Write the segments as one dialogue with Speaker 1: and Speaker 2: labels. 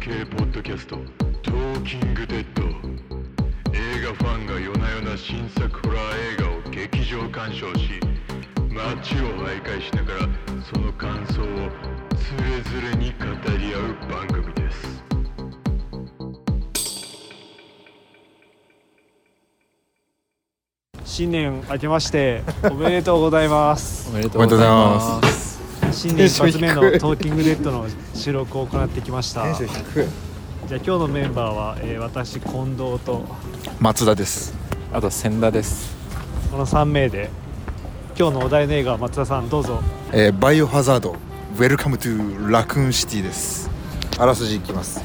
Speaker 1: キャスト「トーキングデッド」映画ファンが夜な夜な新作ホラー映画を劇場鑑賞し街を徘徊しながらその感想をつれづれに語り合う番組です
Speaker 2: 新年明けましておめでとうございます
Speaker 3: おめでと。
Speaker 4: うございます
Speaker 2: 新年一発目の「トーキングデッド」の収録を行ってきましたじゃあ今日のメンバーは、えー私近藤と
Speaker 4: 松田です
Speaker 3: あと千田です。
Speaker 2: この3名で今日のお題の映画松田さんどうぞ
Speaker 4: えーバイオハザードウェルカムトゥラクーンシティですあらすじいきます、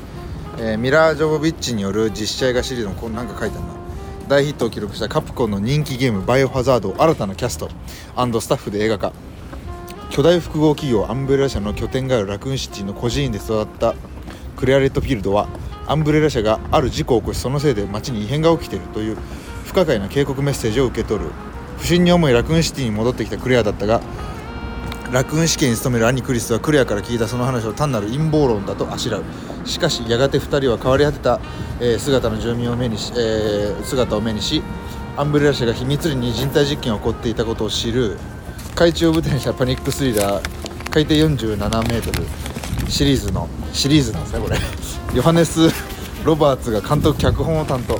Speaker 4: えーミラー・ジョボビッチによる実写映画シリーズのこうなんか書いてあるな大ヒットを記録したカプコンの人気ゲームバイオハザードを新たなキャストスタッフで映画化巨大複合企業アンブレラ社の拠点があるラクーンシティの孤児院で育ったクレアレットフィールドはアンブレラ社がある事故を起こしそのせいで街に異変が起きているという不可解な警告メッセージを受け取る不審に思いラクーンシティに戻ってきたクレアだったがラクーン試験に勤める兄クリスはクレアから聞いたその話を単なる陰謀論だとあしらうしかしやがて2人は変わり果てた、えー姿の住民を目にし、えー姿を目にしアンブレラ社が秘密裏に人体実験を起こっていたことを知る海中を舞台にしたパニックスリラー海底4 7メートルシリーズのシリーズなんですねこれ ヨハネス・ロバーツが監督脚本を担当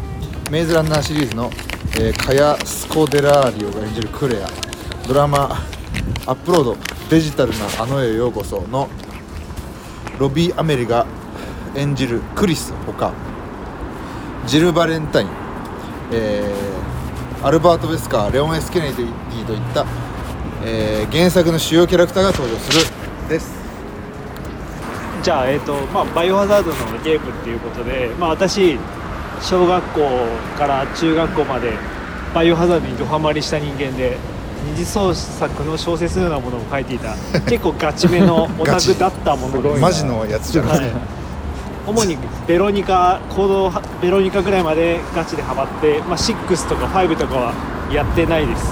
Speaker 4: メイズランナーシリーズの、えーカヤ・スコデラーリオが演じるクレアドラマアップロードデジタルなあの世へようこそのロビー・アメリが演じるクリスほかジル・バレンタイン、えーアルバート・ベスカーレオン・エス・ケネディといった、えー原作の主要キャラクターが登場するです
Speaker 2: じゃあえっ、とまあバイオハザードのゲームっていうことでまあ私小学校から中学校までバイオハザードにドハマりした人間で二次創作の小説のようなものを書いていた結構ガチめのオタクだったものです
Speaker 4: マジのやつじゃないですか、
Speaker 2: はい、主にベロニカ行動はベロニカぐらいまでガチでハマって、まあ、6とか5とかはやってないです、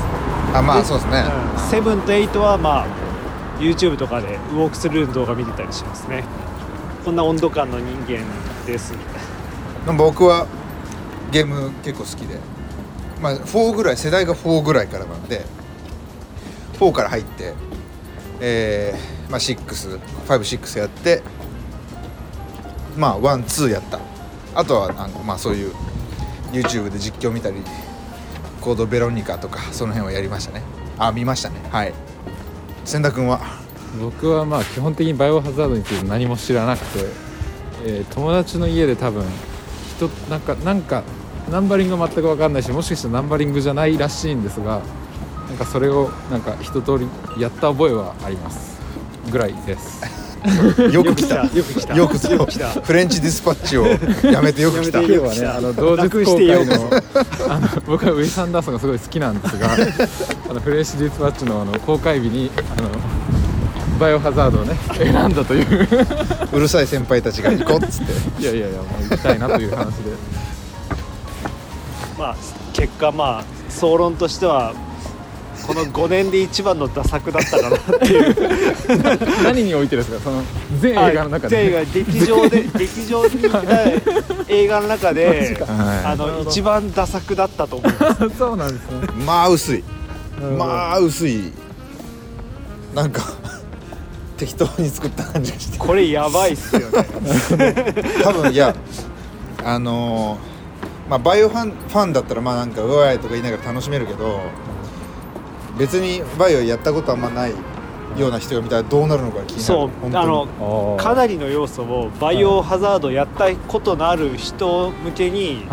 Speaker 4: あまあそうですね、
Speaker 2: セブンとエイトはまあ YouTube とかでウォークスルーの動画見てたりしますねこんな温度感の人間です
Speaker 4: でも僕はゲーム結構好きで、まあ、4ぐらい世代が4ぐらいからなんで4から入って、えーまあ、656やってまあ12やったあとはなんかまあそういう YouTube で実況見たり「コードベロニカ」とかその辺はやりましたねあ見ましたねはい千田君は
Speaker 3: 僕はまあ基本的にバイオハザードについて何も知らなくて、えー友達の家で多分人なんかなんかナンバリングが全く分かんないしもしかしたらナンバリングじゃないらしいんですがなんかそれをなんか一通りやった覚えはありますぐらいです。
Speaker 4: よく 来た
Speaker 2: よく来た
Speaker 4: よくそう
Speaker 2: よく来た
Speaker 4: フレンチディスパッチをやめてよく来た
Speaker 2: やめて
Speaker 3: 今
Speaker 2: よ来
Speaker 3: 日はね
Speaker 2: た
Speaker 3: あの同時公
Speaker 2: 楽してよ
Speaker 3: 開のあの僕はウィス・アンダーソンがすごい好きなんですが あのフレッシュ・ディスパッチのあの公開日にあのバイオハザードをね選んだという
Speaker 4: うるさい先輩たちが行こうっつって
Speaker 3: いやいやいやもう行きたいなという話 で
Speaker 2: まあ結果まあ総論としてはこの5年で一番のダ作だったかなっていう
Speaker 3: 何においてですかその全映画の中
Speaker 2: 全映
Speaker 3: で
Speaker 2: 画劇場で劇場に行った映画の中であの一番ダ作だったと思います
Speaker 3: そうなんですね
Speaker 4: まあ薄い
Speaker 2: あ
Speaker 4: まあ薄いなんか適当に作った感じがして
Speaker 2: これやばいっすよね
Speaker 4: 多分いやあのーまあバイオファンファンだったらまあなんかうわーいとか言いながら楽しめるけど別にバイオやったことあんまないような人が見たらどうなるのか気になる
Speaker 2: そう
Speaker 4: 本当に
Speaker 2: あのか
Speaker 3: り
Speaker 2: なりの要素をバイオハザードやったことのある人向けに、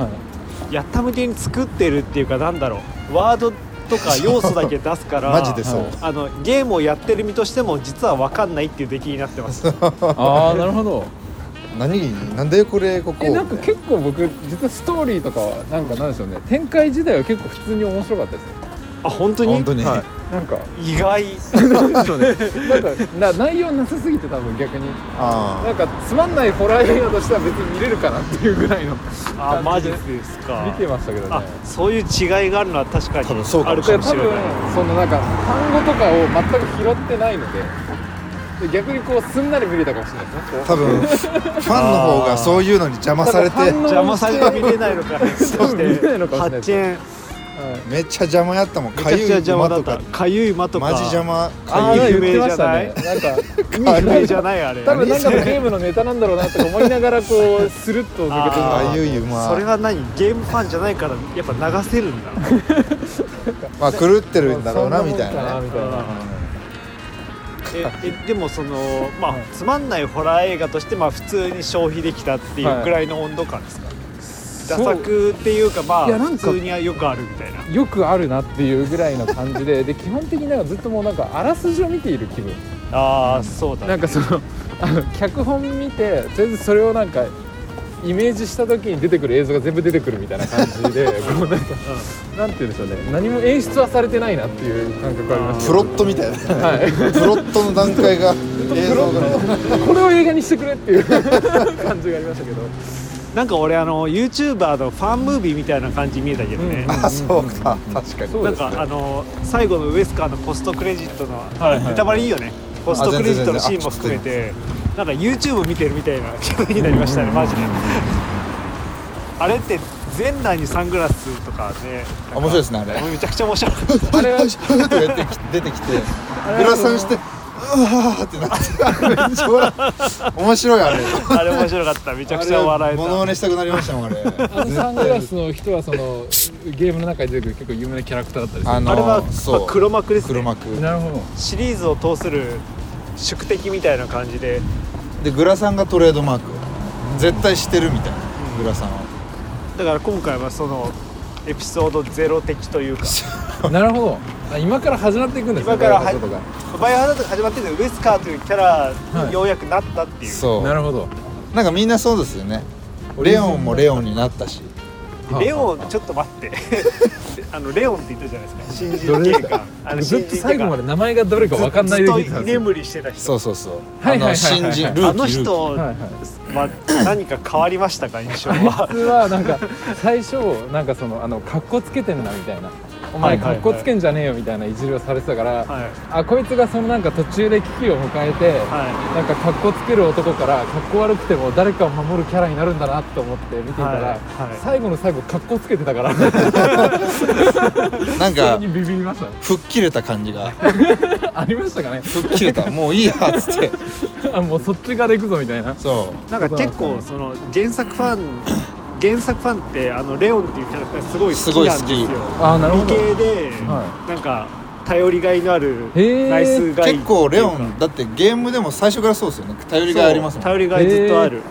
Speaker 2: やった向けに作ってるっていうかなんだろうワードとか要素だけ出すから
Speaker 4: マジでそう、
Speaker 3: はい
Speaker 2: あのゲームをやってる身としても実は分かんないっていう出来になってます
Speaker 3: ああなるほど
Speaker 4: 何なんでこれここ
Speaker 3: えなんか結構僕実はストーリーとかはなんかなんでしょうね展開自体は結構普通に面白かったですね
Speaker 2: あ本当に
Speaker 4: 本当に、
Speaker 3: はい なんか
Speaker 2: 意外
Speaker 3: なんかな内容なさすぎて多分逆に
Speaker 4: あ
Speaker 3: なんかつまんないホラー映画としては別に見れるかなっていうぐらいの
Speaker 2: あマ
Speaker 3: 感
Speaker 2: ジ
Speaker 3: じ
Speaker 2: で
Speaker 3: です
Speaker 2: か
Speaker 3: 見てましたけどね
Speaker 2: あそういう違いがあるのは確かに
Speaker 4: 多分そう
Speaker 2: あ
Speaker 4: か
Speaker 2: る
Speaker 4: も
Speaker 3: い
Speaker 2: か
Speaker 3: や
Speaker 2: も
Speaker 3: 多
Speaker 2: しれ
Speaker 3: 分
Speaker 2: ない
Speaker 3: そのなんか単語とかを全く拾ってないのでで逆にこうすんなり見れたかもしれないですねこう
Speaker 4: 多分ファンの方がそういうのに邪魔されて
Speaker 3: あー
Speaker 2: 邪魔されて見れないのかねそ
Speaker 3: そう
Speaker 2: し
Speaker 3: 見れないの
Speaker 2: て
Speaker 3: かもしれない
Speaker 2: 発見
Speaker 4: めっちゃ邪魔やったもん
Speaker 2: め
Speaker 4: か
Speaker 2: ちゃくちゃ
Speaker 4: ゆい
Speaker 2: 邪魔
Speaker 4: 馬
Speaker 2: だ
Speaker 4: と
Speaker 2: った
Speaker 4: か
Speaker 2: かゆい間とか
Speaker 4: マジ邪魔
Speaker 3: あ
Speaker 4: か
Speaker 3: あ
Speaker 4: ゆい
Speaker 2: ー
Speaker 3: 言ってましたねなんか
Speaker 2: 意味不明じゃないあれ
Speaker 3: 多分なんかのゲームのネタなんだろうなとか思いながらこうスルッと抜けて
Speaker 2: あー
Speaker 4: かゆい
Speaker 2: それ
Speaker 4: 馬
Speaker 2: は何ゲームファンじゃないからやっぱ流せるんだ
Speaker 4: まあ狂ってるんだろうなみたいなね
Speaker 3: みたいな
Speaker 2: ええでもそのまあつまんないホラー映画としてまあ普通に消費できたっていうくらいの温度感ですか、
Speaker 3: う
Speaker 2: ダサくっていうかまあ
Speaker 3: いやなん
Speaker 2: 普
Speaker 3: か
Speaker 2: 通にはよくあるみたいな
Speaker 3: よくあるなっていうぐらいの感じでで基本的になんかずっともうなんかあらすじを見ている気分
Speaker 2: ああそうだ
Speaker 3: なんかそのあの脚本見てとりあえずそれをなんかイメージした時に出てくる映像が全部出てくるみたいな感じ でこうなんかなんて言うんでしょうね何も演出はされてないなっていう感覚あります
Speaker 4: プロットみたいなね
Speaker 3: はい
Speaker 4: プロットの段階が映像がね
Speaker 3: これを映画にしてくれっていう 感じがありましたけど
Speaker 2: なんか俺あの YouTuber のファンムービーみたいな感じに見えたけどね、
Speaker 4: あそうか確かに
Speaker 3: そう
Speaker 2: なん
Speaker 3: です
Speaker 2: かあの最後のウエスカーのポストクレジットの、ネタバレいいよねポストクレジットのシーンも含めてなんか YouTube 見てるみたいな気分になりましたねマジであれって全裸にサングラスとかね
Speaker 4: あ面白いですねあれ
Speaker 2: めちゃくちゃ面白かった
Speaker 3: あれは
Speaker 4: とかやってき出てきてグラサンしてうわーってなってめっちゃ笑う面白いあれ
Speaker 2: あれ面白かっためちゃくちゃ笑え
Speaker 4: モノマ
Speaker 2: た
Speaker 4: ネしたくなりましたもんあれ
Speaker 3: あのサングラスの人はそのゲームの中に出てくる結構有名なキャラクターだったりする
Speaker 4: あの
Speaker 2: あれは、まあ
Speaker 4: そう
Speaker 2: 黒幕です
Speaker 4: 黒
Speaker 2: ね
Speaker 4: 幕
Speaker 3: なるほど
Speaker 2: シリーズを通する宿敵みたいな感じで
Speaker 4: でグラサンがトレードマーク絶対してるみたいなグラサンは
Speaker 2: だから今回はそのエピソードゼロ的と いうか
Speaker 3: なるほどあ今から始まっていくんですね
Speaker 2: 今からは
Speaker 3: こういうことが
Speaker 2: バイオハザードが始まっててウエスカーというキャラ
Speaker 3: は
Speaker 2: に
Speaker 3: い
Speaker 2: ようやくなったっていう、
Speaker 4: そう
Speaker 3: なるほど
Speaker 4: なんかみんなそうですよねレオンもレオンになったし
Speaker 2: レオンちょっと待って あのレオンって言ったじゃないですか新人
Speaker 3: どれ
Speaker 2: 警
Speaker 3: ですか
Speaker 2: 官あの
Speaker 3: ず
Speaker 2: 新
Speaker 3: っ
Speaker 2: 人
Speaker 3: と
Speaker 2: 警
Speaker 3: 最後ま
Speaker 2: 官
Speaker 3: で名前がどれか分かんないで
Speaker 2: ず
Speaker 3: 聞い
Speaker 2: ってと居
Speaker 3: たんですよ
Speaker 2: 眠りしてた人
Speaker 4: そうそうそう
Speaker 3: は
Speaker 4: あ
Speaker 3: いはいはいはい
Speaker 4: の新人ルーキー
Speaker 2: あの
Speaker 4: ルーキー
Speaker 2: 人
Speaker 3: はいはい
Speaker 2: は何か変わりましたか印象は
Speaker 3: 普通はなんか最初なんかそのあの格好つけてんなみたいなお
Speaker 2: はい
Speaker 3: 前
Speaker 2: はいはい
Speaker 3: 格好つけんじゃねえよみたいないじりをされてたから、
Speaker 2: はい
Speaker 3: あこいつがそのなんか途中で危機を迎えて、
Speaker 2: は
Speaker 3: なんか格好つける男から格好悪くても誰かを守るキャラになるんだなと思って見ていたら、
Speaker 2: はいはい
Speaker 3: 最後の最後格好つけてたから
Speaker 4: なん
Speaker 3: そ
Speaker 4: か
Speaker 3: れにビビりましたね
Speaker 4: 吹っ切れた感じが
Speaker 3: ありましたかね
Speaker 4: 吹っ切れたもういいやっつって
Speaker 3: あもうそっち側で行くぞみたいな
Speaker 4: そ
Speaker 2: なんか結構その原作ファン原作ファンってあのレオンっていうキャラクターすごい好きなんですよ
Speaker 4: すごい
Speaker 3: あなるほ
Speaker 2: 美
Speaker 3: ど
Speaker 2: 形で、
Speaker 3: は
Speaker 2: なんか頼りがいのある
Speaker 3: へー
Speaker 2: ナイス
Speaker 4: う
Speaker 2: ガイ
Speaker 4: 結構レオ
Speaker 2: っていうか
Speaker 4: ンだってゲームでも最初からそうですよね頼りがいありますもん
Speaker 2: 頼りがいずっとある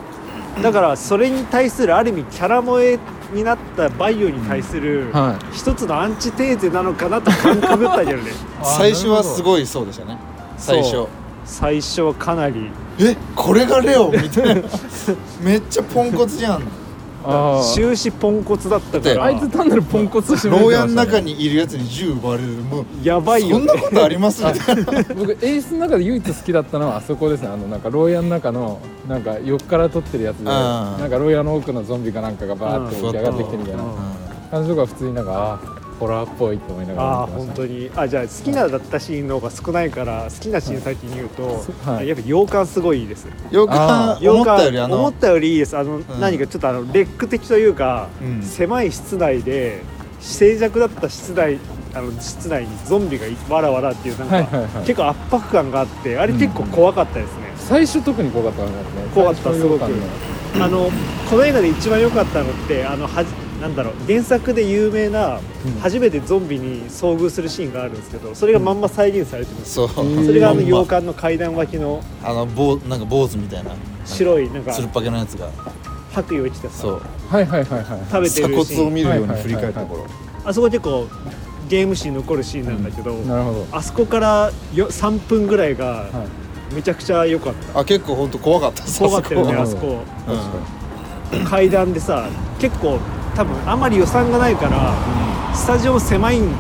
Speaker 2: だからそれに対するある意味キャラ萌えになったバイオに対する
Speaker 3: は
Speaker 2: 一つのアンチテーゼなのかなと感覚だったけどね
Speaker 4: 最初はす
Speaker 3: い
Speaker 4: ごいそうでしたね最
Speaker 2: そう
Speaker 4: 初
Speaker 2: 最初はかなり
Speaker 4: えこれがレオンみたいなめっちゃポンコツ じゃん
Speaker 3: あー
Speaker 2: 終始ポンコツだったか
Speaker 4: だ
Speaker 2: ら
Speaker 3: あいつ単なるポンコツとして見えて
Speaker 4: 牢
Speaker 3: まし
Speaker 4: 屋
Speaker 3: た
Speaker 4: の
Speaker 3: ね
Speaker 4: 中にいるやつに銃奪われるもう
Speaker 2: やばい
Speaker 4: そ
Speaker 2: よ
Speaker 4: ん
Speaker 2: ね
Speaker 4: なことありますみたいな
Speaker 3: 僕演出の中で唯一好きだったのはあそこですねあのなんか牢屋の中のなんか横から撮ってるやつで
Speaker 4: あー
Speaker 3: なんか牢屋の奥のゾンビかなんかがバーッと
Speaker 4: うん
Speaker 3: 浮き上がってきてみたいな
Speaker 2: うん
Speaker 3: 感じとか普通になんかあーホラーっぽいと思いなが
Speaker 2: ああ
Speaker 3: ら見て
Speaker 2: 本
Speaker 3: まし
Speaker 2: 当にあじゃあ好きなだったシーンの方が少ないから好きなシーン先に言うと、
Speaker 3: はい
Speaker 2: やっぱ洋館すごいいいです
Speaker 4: よく
Speaker 3: あ
Speaker 4: 思ったより
Speaker 2: 洋
Speaker 4: あ
Speaker 2: 館思
Speaker 4: の
Speaker 2: ったよりいいですあの、何かちょっとあのレック的というか、
Speaker 4: うん
Speaker 2: 狭い室内で静寂だった室内あの室内にゾンビがいわらわらっていうなんか、
Speaker 3: はいはいはい
Speaker 2: 結構圧迫感があってあれ結構怖かったですね、
Speaker 3: た最初特に怖かったんですね
Speaker 2: 怖かった
Speaker 3: 最初の
Speaker 2: すごく
Speaker 3: 洋館の
Speaker 2: あのこの映画で一番良かったのってあのはじなんだろう原作で有名な初めてゾンビに遭遇するシーンがあるんですけどそれがまんま再現されてます、
Speaker 4: そう
Speaker 3: うん
Speaker 2: それがあの
Speaker 4: うん
Speaker 2: 洋館の階段脇の
Speaker 4: あの坊なんか坊主みたいな
Speaker 2: 白いなんか
Speaker 4: つるっぱげのやつが
Speaker 2: 白衣を着てさ
Speaker 4: そう
Speaker 3: はいはいはいはい
Speaker 2: 食べて
Speaker 4: 鎖
Speaker 2: るシ
Speaker 4: 骨を
Speaker 2: ーン
Speaker 4: 見るように振り返った頃
Speaker 2: あそこ結構ゲームシーン残るシーンなんだけど、
Speaker 3: なるほど
Speaker 2: あそこからよ3分ぐらいが
Speaker 3: はい
Speaker 2: めちゃくちゃ良かった、
Speaker 4: あ結構本当怖かったです
Speaker 2: 怖かったよねあ
Speaker 3: あ
Speaker 2: そ
Speaker 3: そ
Speaker 2: こ
Speaker 3: こ
Speaker 4: うん
Speaker 3: 確かに
Speaker 2: 階段でさ結構多分あまり予算がないから、スタジオ狭いん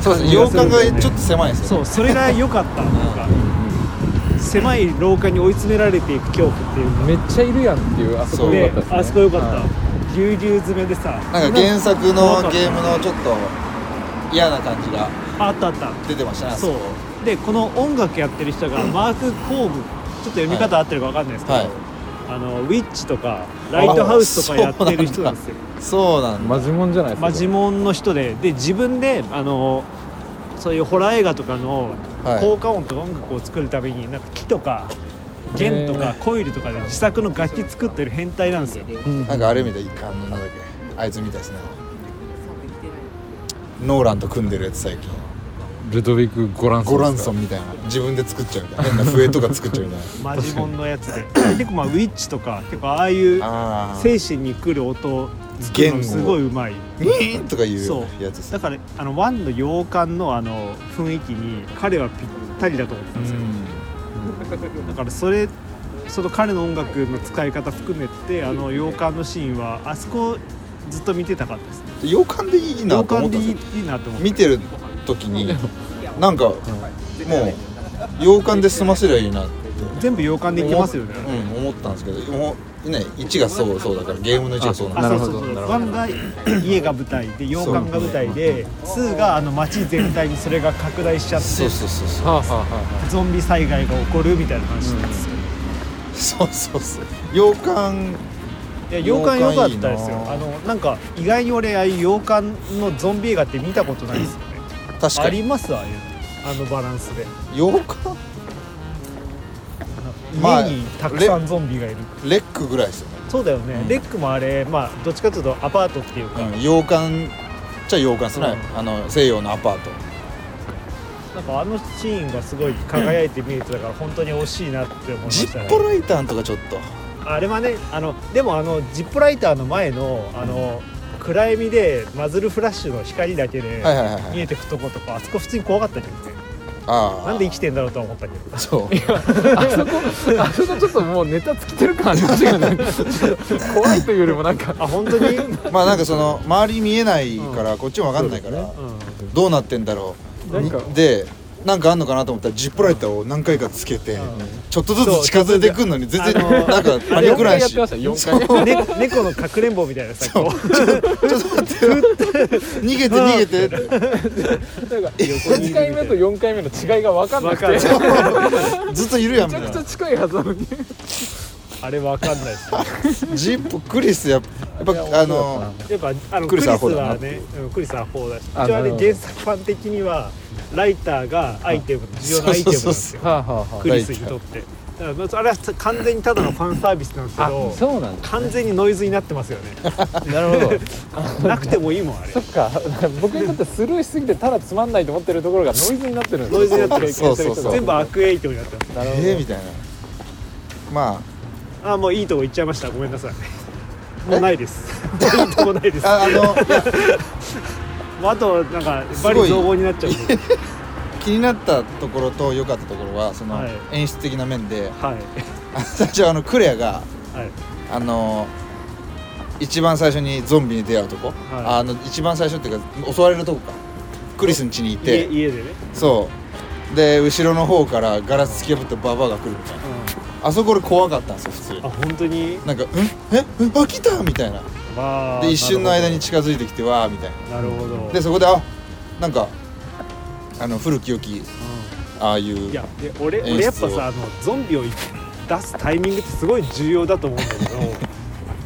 Speaker 4: そうですね洋館がちょっと狭いんですよ
Speaker 2: そう
Speaker 4: ね
Speaker 2: それが良かったなんか狭い廊下に追い詰められていく恐怖っていうか
Speaker 3: めっちゃいるやんっていうあそこ
Speaker 4: そう
Speaker 3: 良
Speaker 2: で
Speaker 3: かったですね
Speaker 2: あそこ良か
Speaker 3: は
Speaker 2: っ
Speaker 3: い
Speaker 2: たぎゅうぎゅう詰めでさ
Speaker 4: なんか原作のゲームのちょっと嫌な感じが
Speaker 2: あったあった
Speaker 4: 出てましたねあそ
Speaker 2: そう
Speaker 4: こ
Speaker 2: でこの音楽やってる人がマーク・コーブ、ちょっと読み方合ってるか分かんないですけど、
Speaker 4: はい
Speaker 2: あのウィッチとかライトハウスとかやってる人なんですよ
Speaker 4: そうなんだ
Speaker 3: マジモンじゃないです
Speaker 2: マジ
Speaker 3: モ
Speaker 2: モンの人でで自分であのそういうホラー映画とかの
Speaker 4: はい
Speaker 2: 効果音とか音楽を作るためになんか木とか弦とかコイルとかで自作の楽器作ってる変態なんですよ
Speaker 4: なんかあれみたいあのなんだっけあいつみたいですねノーランと組んでるやつ最近
Speaker 3: ルドビック・ゴランソン
Speaker 4: ゴランソンみたいな自分で作っちゃうみたいな変な笛とか作っちゃうみたい
Speaker 2: マジモンのやつで結構まあウィッチとか結構 ああいう
Speaker 4: なああ
Speaker 2: 精神に来る音を作るのすごいうまい
Speaker 4: ウィーンとかいう
Speaker 2: そ
Speaker 4: やつです
Speaker 2: だからあのワンの洋館のあの雰囲気に彼はぴったりだと思ってたんですよだからそれその彼の音楽の使い方含めてあの洋館のシーンはあそこずっと見てたかったですね
Speaker 4: 洋館でいいな
Speaker 2: 洋
Speaker 4: と思
Speaker 2: 館
Speaker 4: った
Speaker 2: で
Speaker 4: んです
Speaker 2: いい
Speaker 4: よ
Speaker 2: いいなと思って
Speaker 4: 見てる時になんかもう洋館で済ませりゃいいなって
Speaker 2: 全部洋館で行けますよね
Speaker 4: うん、思ったんですけどもうね1がそうそうだからゲームの1がそうなん
Speaker 2: あ
Speaker 4: だ
Speaker 3: な
Speaker 2: そ
Speaker 3: る
Speaker 2: う
Speaker 3: ほ
Speaker 2: そう
Speaker 3: ど
Speaker 2: そう
Speaker 3: なるほど
Speaker 2: ワンが家が舞台で洋館が舞台で2があの街全体にそれが拡大しちゃって
Speaker 4: そうそうそうそう
Speaker 3: はあはあはあ
Speaker 2: ゾンビ災害が起こるみたいな話なんですよ、
Speaker 4: そうそうそう洋館
Speaker 2: いや洋館良かったです
Speaker 4: 洋館いいな
Speaker 2: よ
Speaker 4: あ
Speaker 2: あのなんか意外に俺ああいう洋館のゾンビ映画って見たことないですよね
Speaker 4: 確
Speaker 2: あ
Speaker 4: か
Speaker 2: り
Speaker 4: に
Speaker 2: ますああいうあのバランスで
Speaker 4: 洋館まあ
Speaker 2: 家にたくさんゾンビがいる、
Speaker 4: レックぐらいですよね、
Speaker 2: そうだよね、
Speaker 4: うん
Speaker 2: レックもあれまあどっちかというとアパートっていうか、
Speaker 4: うん、洋館じゃ洋館ですね、
Speaker 2: う
Speaker 4: あの西洋のアパート
Speaker 2: なんかあのシーンがすごい輝いて見えてたから本当に惜しいなって思いま
Speaker 4: ジ
Speaker 2: した
Speaker 4: ッ
Speaker 2: ね
Speaker 4: ポライターのとかちょっと
Speaker 2: あれはねあのでもあのジップライターの前のあの、暗闇でマズルフラッシュの光だけで
Speaker 4: はいはいはいはい
Speaker 2: 見えてくとことかあそこ普通に怖かったけどね
Speaker 4: ああ
Speaker 2: なんで生きてんだろうとは思ったけど
Speaker 4: そう
Speaker 3: あそこあそこちょっともうネタ尽きてる感ありました けどね怖いというよりもなんか
Speaker 2: あ本当に、 うん、
Speaker 4: まあなんかその周り見えないからこっちも分かんないからどうなってんだろう
Speaker 3: なんか
Speaker 4: にでなんかあんのかなと思ったらジップライターを何回かつけて
Speaker 2: うん
Speaker 4: ちょっとずつ近づいてくんのに全然
Speaker 2: あのー
Speaker 4: なんか
Speaker 3: あ
Speaker 4: パニックない
Speaker 3: やっ
Speaker 4: して
Speaker 3: ましたよ4回
Speaker 2: ね、猫のかくれんぼみたいなさこう
Speaker 4: ちょっと待ってよ逃げて逃げてって
Speaker 3: なんか1回目と4回目の違いが分かんなくて
Speaker 2: 分
Speaker 3: め
Speaker 2: かん
Speaker 3: ち
Speaker 2: な
Speaker 4: ずっといるやんみ
Speaker 3: ゃ
Speaker 4: た
Speaker 3: く
Speaker 4: い
Speaker 3: ちゃ
Speaker 4: な
Speaker 3: 近いはずなのに
Speaker 2: あれわかんないですね
Speaker 4: ジップクリスやっぱやっぱあの
Speaker 2: やっぱあのク
Speaker 4: ク
Speaker 2: リ
Speaker 4: リス
Speaker 2: ス
Speaker 4: はアホだな
Speaker 2: はねうんクリスはアホだし
Speaker 3: あ
Speaker 2: 一応あれ
Speaker 3: なるほど
Speaker 2: 原作版的にはライターがアイテム重要なアイテムなんですよ
Speaker 3: はあはあは
Speaker 2: クリスにとってだからまずあれは完全にただのファンサービスなんですけど
Speaker 3: そうなんだ
Speaker 2: 完全にノイズになってますよね
Speaker 3: なるほど
Speaker 2: なくてもいいもんあれ
Speaker 3: そっか僕にとってスルーしすぎてただつまんないと思ってるところがノイズになってるんです
Speaker 2: ノイズになってる
Speaker 4: そうそうそう
Speaker 2: 全部悪影響になってます
Speaker 3: なるほど
Speaker 4: えーみたいなま
Speaker 2: あもういいとこ行っちゃいましたごめんなさいもうないです もういいとこないです
Speaker 4: あああのいや
Speaker 2: もうあとなんか
Speaker 4: すご
Speaker 2: バ
Speaker 4: い
Speaker 2: リ造語になっちゃうんで
Speaker 4: 気になったところと良かったところはその
Speaker 2: はい
Speaker 4: 演出的な面で
Speaker 2: はい
Speaker 4: あ最初あのクレアが
Speaker 2: はい
Speaker 4: あの一番最初にゾンビに出会うとこ、あの一番最初っていうか襲われるとこかクリスの家にい
Speaker 2: 家
Speaker 4: て
Speaker 2: 家でね、
Speaker 4: そうで後ろの方からガラス突き破ってババアが来るみたいな
Speaker 2: う
Speaker 4: あそこ俺怖かったんですよ普通
Speaker 2: ん、あ本当に
Speaker 4: なんか「うんえうんあ来た!」みたいな
Speaker 2: まあ
Speaker 4: で一瞬の間に
Speaker 2: なる
Speaker 4: 近づいてきてわーみたい
Speaker 2: ほどなるほど
Speaker 4: なでそこであなんかあの古き良きああいううん
Speaker 2: いやで俺
Speaker 4: 演出を
Speaker 2: 俺やっぱさあのゾンビを出すタイミングってすごい重要だと思うんだけど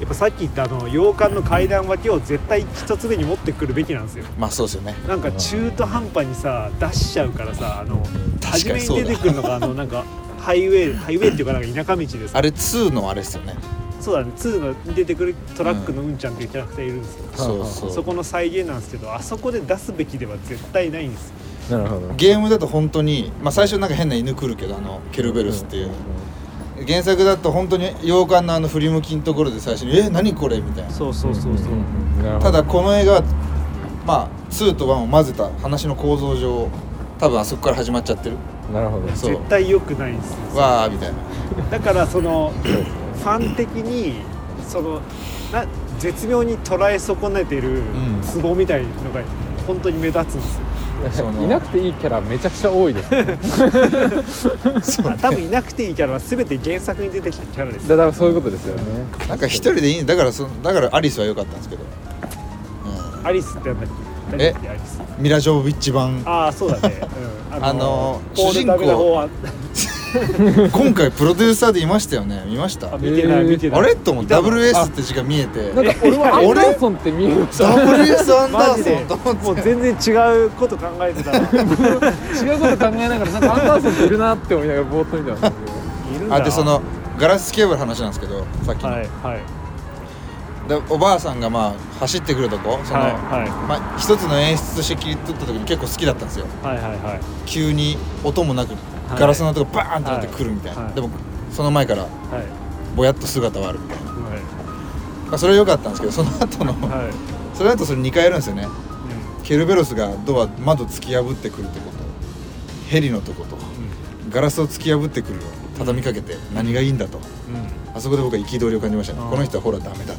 Speaker 2: やっぱさっき言ったあの洋館の階段脇を絶対一つ目に持ってくるべきなんですよ
Speaker 4: まあそうですよね
Speaker 2: なんか中途半端にさ出しちゃうからさあの
Speaker 4: 確
Speaker 2: 初
Speaker 4: かに
Speaker 2: め
Speaker 4: そう
Speaker 2: に
Speaker 4: だ
Speaker 2: 出てくるのがあのなんかハイウェイハイウェイっていうかなんか田舎道です
Speaker 4: あれ2のあれですよね
Speaker 2: そうだね2の出てくるトラックのうんちゃんっていうキャラクターいるんですよ、
Speaker 4: そうそう
Speaker 2: そこの再現なんですけどあそこで出すべきでは絶対ないんですよ
Speaker 3: なるほど
Speaker 4: ゲームだと本当にまあ最初なんか変な犬来るけどあのケルベロスっていう原作だと本当に洋館のあの振り向きのところで最初に「え何これ?」みたいな
Speaker 2: そうそうそうそう、
Speaker 4: ただこの映画はまあ2と1を混ぜた話の構造上多分あそこから始まっちゃってる
Speaker 3: なるほど
Speaker 4: そう
Speaker 2: 絶対良くないんですよ
Speaker 4: わーみたいな
Speaker 2: だからそのファン的にそのな絶妙に捉え損ねてる
Speaker 4: ん
Speaker 2: ツボみたいのが本当に目立つんですよ、
Speaker 4: その
Speaker 3: いなくていいキャラめちゃくちゃ多い ですね
Speaker 2: あ多分いなくていいキャラは全て原作に出てきたキャラです
Speaker 3: だからそういうことですよね
Speaker 4: なんか一人でいいんだからそのだからアリスは良かったんですけど、
Speaker 2: アリスってなんだっけ誰
Speaker 4: え
Speaker 2: だっけアリス
Speaker 4: うん、ミラ・ジョボビッチ版
Speaker 2: ああそうだ ね、うん
Speaker 4: あの
Speaker 2: ポールダグの方は
Speaker 4: 今回プロデューサーでいましたよね見ました
Speaker 2: あ見てない
Speaker 3: えー
Speaker 2: 見てない
Speaker 4: あれと思って
Speaker 2: 見たの
Speaker 4: WS って字が見えて
Speaker 3: なんか俺はア
Speaker 4: え
Speaker 3: ンダーソンって見えました
Speaker 4: WS アン
Speaker 2: マ
Speaker 4: ダ
Speaker 2: ジ
Speaker 4: ーソ
Speaker 2: で
Speaker 4: ンと思って
Speaker 2: もう全然違うこと考えてたら
Speaker 3: 違うこと考えながらなんかアンダーソンっているなって思いながらぼーっと見てたんです
Speaker 2: いるんだ
Speaker 4: あでそのガラスケーブルの話なんですけどさっきの、
Speaker 2: はいはい
Speaker 4: でおばあさんがまあ走ってくるとこその、
Speaker 2: はいは
Speaker 4: まあ、一つの演出として切り取った時に結構好きだったんですよ
Speaker 2: いはいはいはい
Speaker 4: 急に音もなく
Speaker 2: い
Speaker 4: ガラスの音がバーンってなってくるみたいな、
Speaker 2: はいはい
Speaker 4: でもその前から
Speaker 2: はい
Speaker 4: ぼやっと姿はあるみたいな、まあ、それは良かったんですけどその後の、
Speaker 2: はいはい、
Speaker 4: その後それ2回やるんですよね
Speaker 2: う
Speaker 4: ケルベロスがドア窓突き破ってくるってことヘリのとことガラスを突き破ってくるよ畳みかけて何がいいんだと
Speaker 2: んうん
Speaker 4: あそこで僕は憤りを感じましたね
Speaker 2: あー
Speaker 4: この人はほらダメだと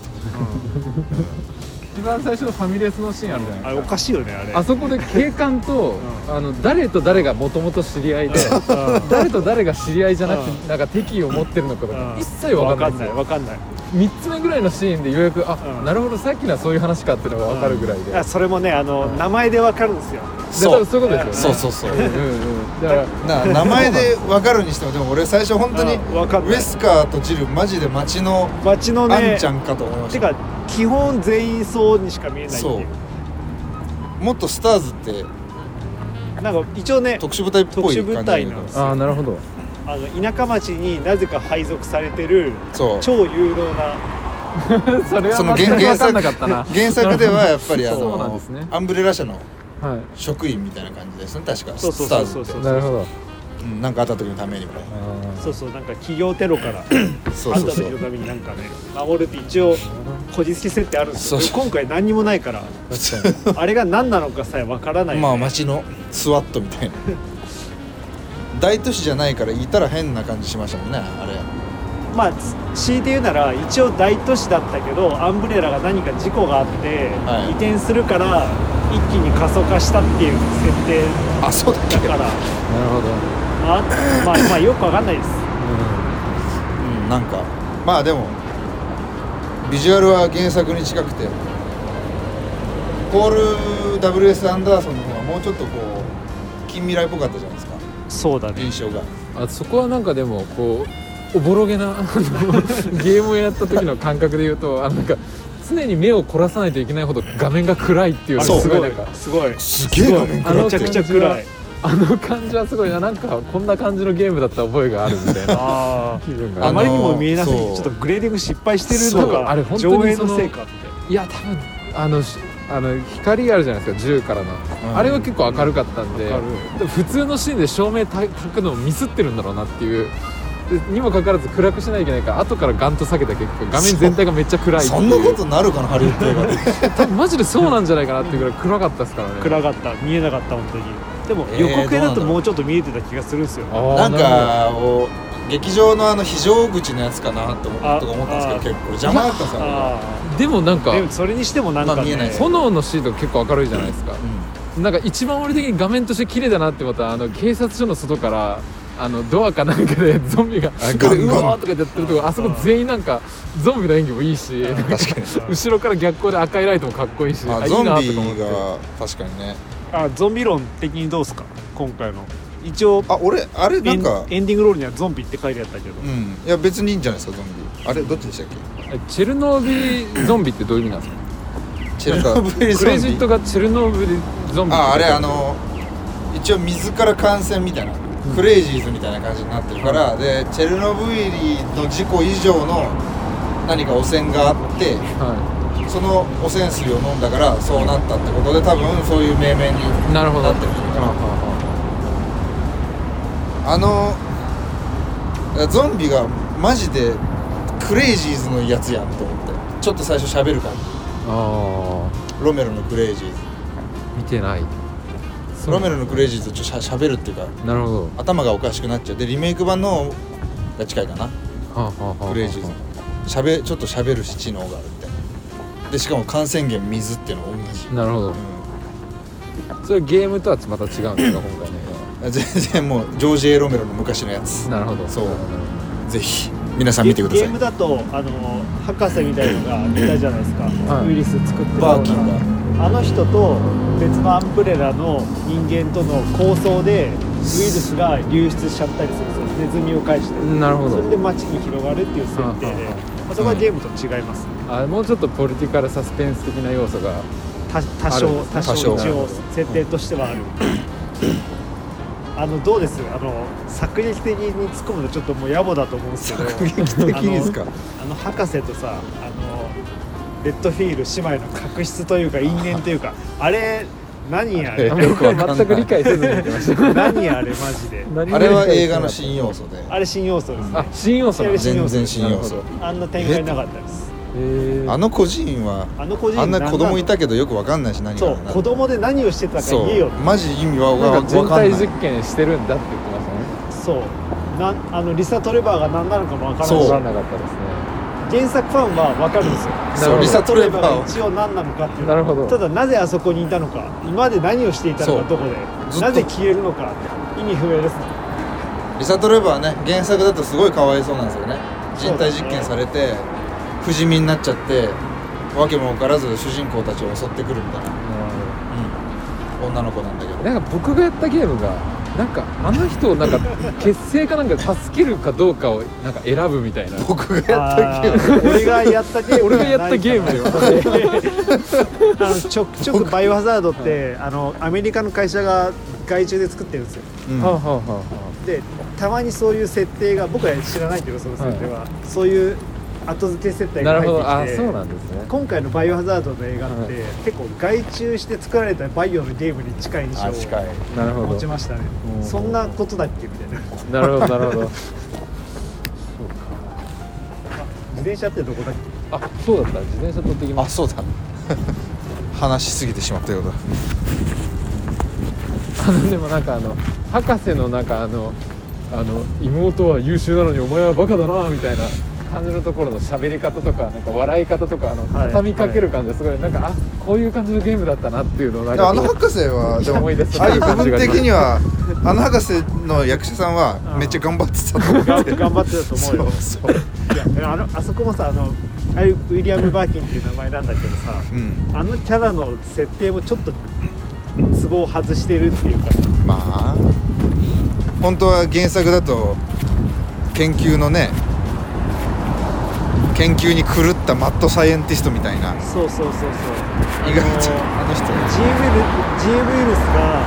Speaker 3: 一番最初のファミレスのシーンあるじゃない
Speaker 2: あれおかしいよねあれ
Speaker 3: あそこで警官と、
Speaker 2: う
Speaker 3: あの誰と誰がもともと知り合いで
Speaker 2: うん
Speaker 3: 誰と誰が知り合いじゃなく
Speaker 2: う
Speaker 3: てなんか敵意を持ってるのかと
Speaker 2: う
Speaker 3: か
Speaker 2: ん
Speaker 3: 一切わかんないんですよ
Speaker 2: わかんないわかんない
Speaker 3: 3つ目ぐらいのシーンでようやくあ、
Speaker 2: うん
Speaker 3: なるほどさっきのはそういう話かっていうのがわかるぐらいで、
Speaker 2: あそれもねあの、名前でわかるんですよ
Speaker 3: だからそういうことです
Speaker 4: そ
Speaker 3: よ
Speaker 4: う
Speaker 3: ね
Speaker 4: そうそう
Speaker 3: うんうんうんだから
Speaker 4: な名前で分かるにしてもでも俺最初本当に
Speaker 2: あ分かん
Speaker 4: ウ
Speaker 2: ない
Speaker 4: ェスカーとジルマジで街の
Speaker 2: 街のね
Speaker 4: アンちゃんかと思いましてた
Speaker 2: か基本全員そうにしか見えないってい
Speaker 4: そうもっとスターズって
Speaker 2: なんか一応ね
Speaker 4: 特殊部隊っぽい
Speaker 2: 特殊部
Speaker 4: 感
Speaker 2: 隊
Speaker 4: じ
Speaker 2: なんです
Speaker 3: ああなるほど
Speaker 2: あの田舎町になぜか配属されてる
Speaker 4: そう
Speaker 2: 超有能な
Speaker 3: それは
Speaker 4: その
Speaker 3: 全く
Speaker 4: 原原
Speaker 3: 分かん
Speaker 4: 作
Speaker 3: なかったな
Speaker 4: 原作ではやっぱりあ
Speaker 3: そうなん
Speaker 4: の
Speaker 3: ですね
Speaker 4: アンブレラ社の
Speaker 3: は
Speaker 4: 職員みたいな感じですね確か
Speaker 2: そうそう
Speaker 4: スタ
Speaker 2: そ
Speaker 4: ー
Speaker 2: うそ
Speaker 4: ズ
Speaker 2: うそ
Speaker 4: って
Speaker 2: う
Speaker 3: いなるほど
Speaker 4: うんなんかあった時のためにもね
Speaker 3: あー
Speaker 2: そうそうなんか企業テロからあん
Speaker 4: そう
Speaker 2: た
Speaker 4: そう
Speaker 2: たち
Speaker 4: そ
Speaker 2: の
Speaker 4: う
Speaker 2: ためになんかね守るって一応こじつけ設定あるんですよ
Speaker 4: そうそう
Speaker 2: 今回何にもないから
Speaker 4: 普通
Speaker 2: あれが何なのかさえわからない、
Speaker 4: まあ街のスワットみたいな大都市じゃないからいたら変な感じしましたもんねあれ
Speaker 2: まあつ強いて言うなら一応大都市だったけどアンブレラが何か事故があって、
Speaker 4: はい
Speaker 2: 移転するから一気に過疎化したっていう設定
Speaker 4: あそうだっけ
Speaker 2: だから
Speaker 3: なるほど、
Speaker 2: あまあまあよくわかんないです
Speaker 4: うんなんかまあでもビジュアルは原作に近くてポール WS アンダーソンの方はもうちょっとこう近未来っぽかったじゃないですか
Speaker 2: そうだ
Speaker 4: 印象が
Speaker 3: うんあそこはなんかでもこうおぼろげなあ のゲームをやった時の感覚で言うとあのなんか常に目を凝らさないといけないほど画面が暗いっていうのが
Speaker 4: そう
Speaker 3: すごいなんか
Speaker 2: すごい
Speaker 4: すげえ画面
Speaker 3: あの
Speaker 2: め
Speaker 4: 暗く
Speaker 2: ちゃ
Speaker 4: て
Speaker 2: くちゃ暗い
Speaker 3: あの感じはすごいななんかこんな感じのゲームだった覚えがあるみたいな
Speaker 2: あ
Speaker 3: 気分
Speaker 2: あ
Speaker 3: が
Speaker 2: あ
Speaker 4: の
Speaker 2: まりにも見えなすぎて
Speaker 4: そう
Speaker 2: ちょっとグレーディング失敗してる
Speaker 3: そ
Speaker 2: の
Speaker 3: うあれ
Speaker 2: が
Speaker 3: 本当に
Speaker 2: 上映
Speaker 3: そ
Speaker 2: の
Speaker 3: の
Speaker 2: せいかって
Speaker 3: いや多分あのしあの光あるじゃないですか銃からの、
Speaker 4: ん
Speaker 3: あれは結構明るかったんで
Speaker 2: 明る
Speaker 3: 普通のシーンで照明たたくのをミスってるんだろうなっていうでにもかかわらず暗くしないといけないから後からガンと下げた結果画面全体がめっちゃ暗いって
Speaker 4: そ
Speaker 3: い
Speaker 4: ん
Speaker 3: う
Speaker 4: なことなるかなハリウッド映画で
Speaker 3: 多分マジでそうなんじゃないかなっていうぐらい暗かったですからね
Speaker 2: 暗かった見えなかった本当にでも
Speaker 4: えー
Speaker 2: 予告編だ
Speaker 4: どうなんだ
Speaker 2: と
Speaker 4: ろう
Speaker 2: もうちょっと見えてた気がするんですよ、
Speaker 3: あー
Speaker 4: なん
Speaker 3: る
Speaker 4: かお劇場のあの非常口のやつかなと思
Speaker 2: あ
Speaker 4: とか思ったんですけど結構邪魔だったんですよ
Speaker 2: あ
Speaker 3: ほどでもなん
Speaker 2: あ
Speaker 3: か
Speaker 2: でもそれにしてもなんか、
Speaker 4: ま
Speaker 2: ね
Speaker 4: あ見えないです
Speaker 3: 炎のシーンとか結構明るいじゃないですか、なんか一番俺的に画面として綺麗だなって思ったあの警察署の外からあのドアかなんかで ゾンビが
Speaker 4: あ
Speaker 3: そこで
Speaker 4: ガン
Speaker 3: う
Speaker 4: ガン
Speaker 3: わーとかやってるとこあそこ全員なんかゾンビの演技もいいし
Speaker 2: うん
Speaker 3: なんか
Speaker 4: 確かに
Speaker 3: 後ろから逆光で赤いライトもかっこいいし
Speaker 4: あ
Speaker 3: いい
Speaker 4: ゾン
Speaker 3: なとか思っ
Speaker 4: ビ
Speaker 3: て
Speaker 4: が確かにね
Speaker 2: あゾンビ論的にどうですか今回の一応
Speaker 4: あ俺あれ
Speaker 2: エ
Speaker 4: なん
Speaker 2: ン
Speaker 4: か
Speaker 2: エンディングロールにはゾンビって書いてあったけど、
Speaker 4: うんいや別にいいんじゃないですかゾンビあれどっちでしたっけ
Speaker 3: えチェルノービゾンビってどういう意味なんですか
Speaker 4: チェ ルノブイリ
Speaker 3: クレジットがチェルノービゾンビって書いて
Speaker 4: ああれあ
Speaker 3: る
Speaker 4: の一応水から感染みたいな、クレイジーズみたいな感じになってるから、でチェルノブイリの事故以上の何か汚染があって
Speaker 3: は
Speaker 4: その汚染水を飲んだからそうなったってことで多分そういう命名に
Speaker 3: いなるほど
Speaker 4: なってるあのゾンビがマジでクレイジーズのやつやんと思ってちょっと最初喋る感じ
Speaker 3: あ
Speaker 4: ロメロのクレイジー
Speaker 3: ー見てない
Speaker 4: ズロメロのクレイジーズちょっとしゃしゃべるっていうか
Speaker 3: なるほど
Speaker 4: 頭がおかしくなっちゃうでリメイク版のが近いかな
Speaker 3: はあはあはあ
Speaker 4: クレイジーズしゃべちょっとしゃべるし知能があるみたいなでしかも感染源水っていうのが同じ、
Speaker 3: なるほどそれゲームとはまた違うんですか今回の映
Speaker 4: うん、全然もうジョージ・エロメロの昔のやつ
Speaker 3: 画はなるほど
Speaker 4: そう
Speaker 3: なるほど
Speaker 4: ぜひ皆さん見てくだ
Speaker 2: ゲ
Speaker 4: さ
Speaker 2: ゲー
Speaker 4: い
Speaker 2: ムだとあの博士みたいなのがいたじゃないですか、
Speaker 3: はい
Speaker 2: ウイルス作ってるような
Speaker 4: バーキンが
Speaker 2: あの人と別のアンブレラの人間との抗争でウイルスが流出しちゃったりするんですよネズミを介して
Speaker 3: なるほど
Speaker 2: それで街に広がるっていう設定で
Speaker 3: はあはあは
Speaker 2: まあそこはゲームと違いますね
Speaker 3: あもうちょっとポリティカルサスペンス的な要素が
Speaker 2: た多
Speaker 3: ある
Speaker 2: 少
Speaker 3: んです
Speaker 2: 多
Speaker 4: 多少
Speaker 2: 少一応設定としてはあるあのどうですあの作劇的に突っ込むのちょっともう野暮だと思うんですけど
Speaker 4: 作劇的にですか
Speaker 2: あの博士とさあのレッドフィール姉妹の確執というか因縁というかあれ何あれ
Speaker 4: あれよくわかんない
Speaker 3: 全く理解せずに言ってまし た
Speaker 2: 何あれマジで
Speaker 3: 何も
Speaker 4: あれは映画の新要素で
Speaker 2: あれ新要素ですね
Speaker 3: あ新要素なんですね
Speaker 4: 全然新要
Speaker 3: な
Speaker 4: 素
Speaker 3: る
Speaker 2: あんな展開なかったです
Speaker 3: へー
Speaker 4: あの孤児院は
Speaker 2: あの個人
Speaker 4: あんな子供いた
Speaker 2: け
Speaker 4: けどよくわかんないし何が
Speaker 2: そう子供で何をしてたか
Speaker 4: そ
Speaker 2: 言え
Speaker 4: う
Speaker 2: よ
Speaker 4: マジ意味は
Speaker 3: な
Speaker 4: わ
Speaker 3: んか
Speaker 4: か
Speaker 3: 人
Speaker 4: んない
Speaker 3: 体実験してるんだって言ってました
Speaker 2: そ
Speaker 3: ね
Speaker 2: うなんあのリサ・トレバーが何なのかもわからない
Speaker 4: そう
Speaker 3: 分
Speaker 2: し
Speaker 3: かんなかったですね
Speaker 2: 原作ファンはわかるんですよ
Speaker 3: なるほ
Speaker 4: そう
Speaker 3: ど
Speaker 4: リサ・トレバー
Speaker 2: が
Speaker 4: を
Speaker 2: 一応何なのかっていう
Speaker 3: なるほど
Speaker 2: ただなぜあそこにいたのか今まで何をしていたのか
Speaker 4: そ
Speaker 2: ど
Speaker 4: う
Speaker 2: こ
Speaker 4: ずっ
Speaker 2: でな
Speaker 4: と
Speaker 2: ぜ消えるのか意味不明ですね
Speaker 4: リサ・トレバーね原作だとすごいかわいそうなんですよね人体実験されて不死身になっちゃってわけも分からず主人公たちを襲ってくるみたいな、女の子なんだけど
Speaker 3: なんか僕がやったゲームがなんかあの人をなんか結成かなんか助けるかどうかをなんか選ぶみたいな
Speaker 4: 僕がやったけど
Speaker 2: あー俺がやったゲーム
Speaker 3: 俺がやったゲーム だよ
Speaker 2: あのちょくちょくバイオハザードってあのアメリカの会社が外注で作ってるんですよ
Speaker 4: うん
Speaker 3: はあはあはあは
Speaker 2: でたまにそういう設定が僕は知らないけどその設定は、そういう後付け設
Speaker 3: あ
Speaker 2: 定
Speaker 3: な
Speaker 2: が
Speaker 3: るほど
Speaker 2: 入
Speaker 3: あ
Speaker 2: ってきて
Speaker 3: そうなんですね
Speaker 2: 今回の「バイオハザード」の映画って、
Speaker 3: はい
Speaker 2: 結構外注して作られたバイオのゲームに近い印象
Speaker 4: あ近い
Speaker 2: を
Speaker 3: なるほ
Speaker 2: 持ち
Speaker 3: ど
Speaker 2: ましたね
Speaker 3: うん
Speaker 2: そんなことだっけみたいな
Speaker 3: なるほどなるほど
Speaker 2: 自転車ってどこだっけ
Speaker 3: あそうだった自転車取ってきま
Speaker 4: あ
Speaker 3: す
Speaker 4: そうだ話しすぎてしまったようだ
Speaker 3: あのでもなんかあの博士のなんかあのあの妹は優秀なのにお前はバカだなみたいな感じのところの喋り方とかなんか笑い方とかあの
Speaker 2: はい
Speaker 3: 畳みかける感じですごいなんかあこういう感じのゲームだったなっていうのをなん
Speaker 4: でも
Speaker 3: か
Speaker 4: あの博士はでも
Speaker 3: 思い出す
Speaker 4: ああいう部分的にはあの博士の役者さんはめっちゃ頑張ってたと思う
Speaker 2: が頑張ってたと思うよ
Speaker 4: そうそう
Speaker 2: いやあのあそこもさあのああいうウィリアム・バーキンっていう名前なんだけどさ
Speaker 4: うん
Speaker 2: あのキャラの設定もちょっとツボを外してるっていうか
Speaker 4: まあ本当は原作だと研究のね研究に狂ったマッドサイエンティストみたいな
Speaker 2: そうそうそうそう
Speaker 4: 意外とあの人
Speaker 2: G ウイルス G ウイルスが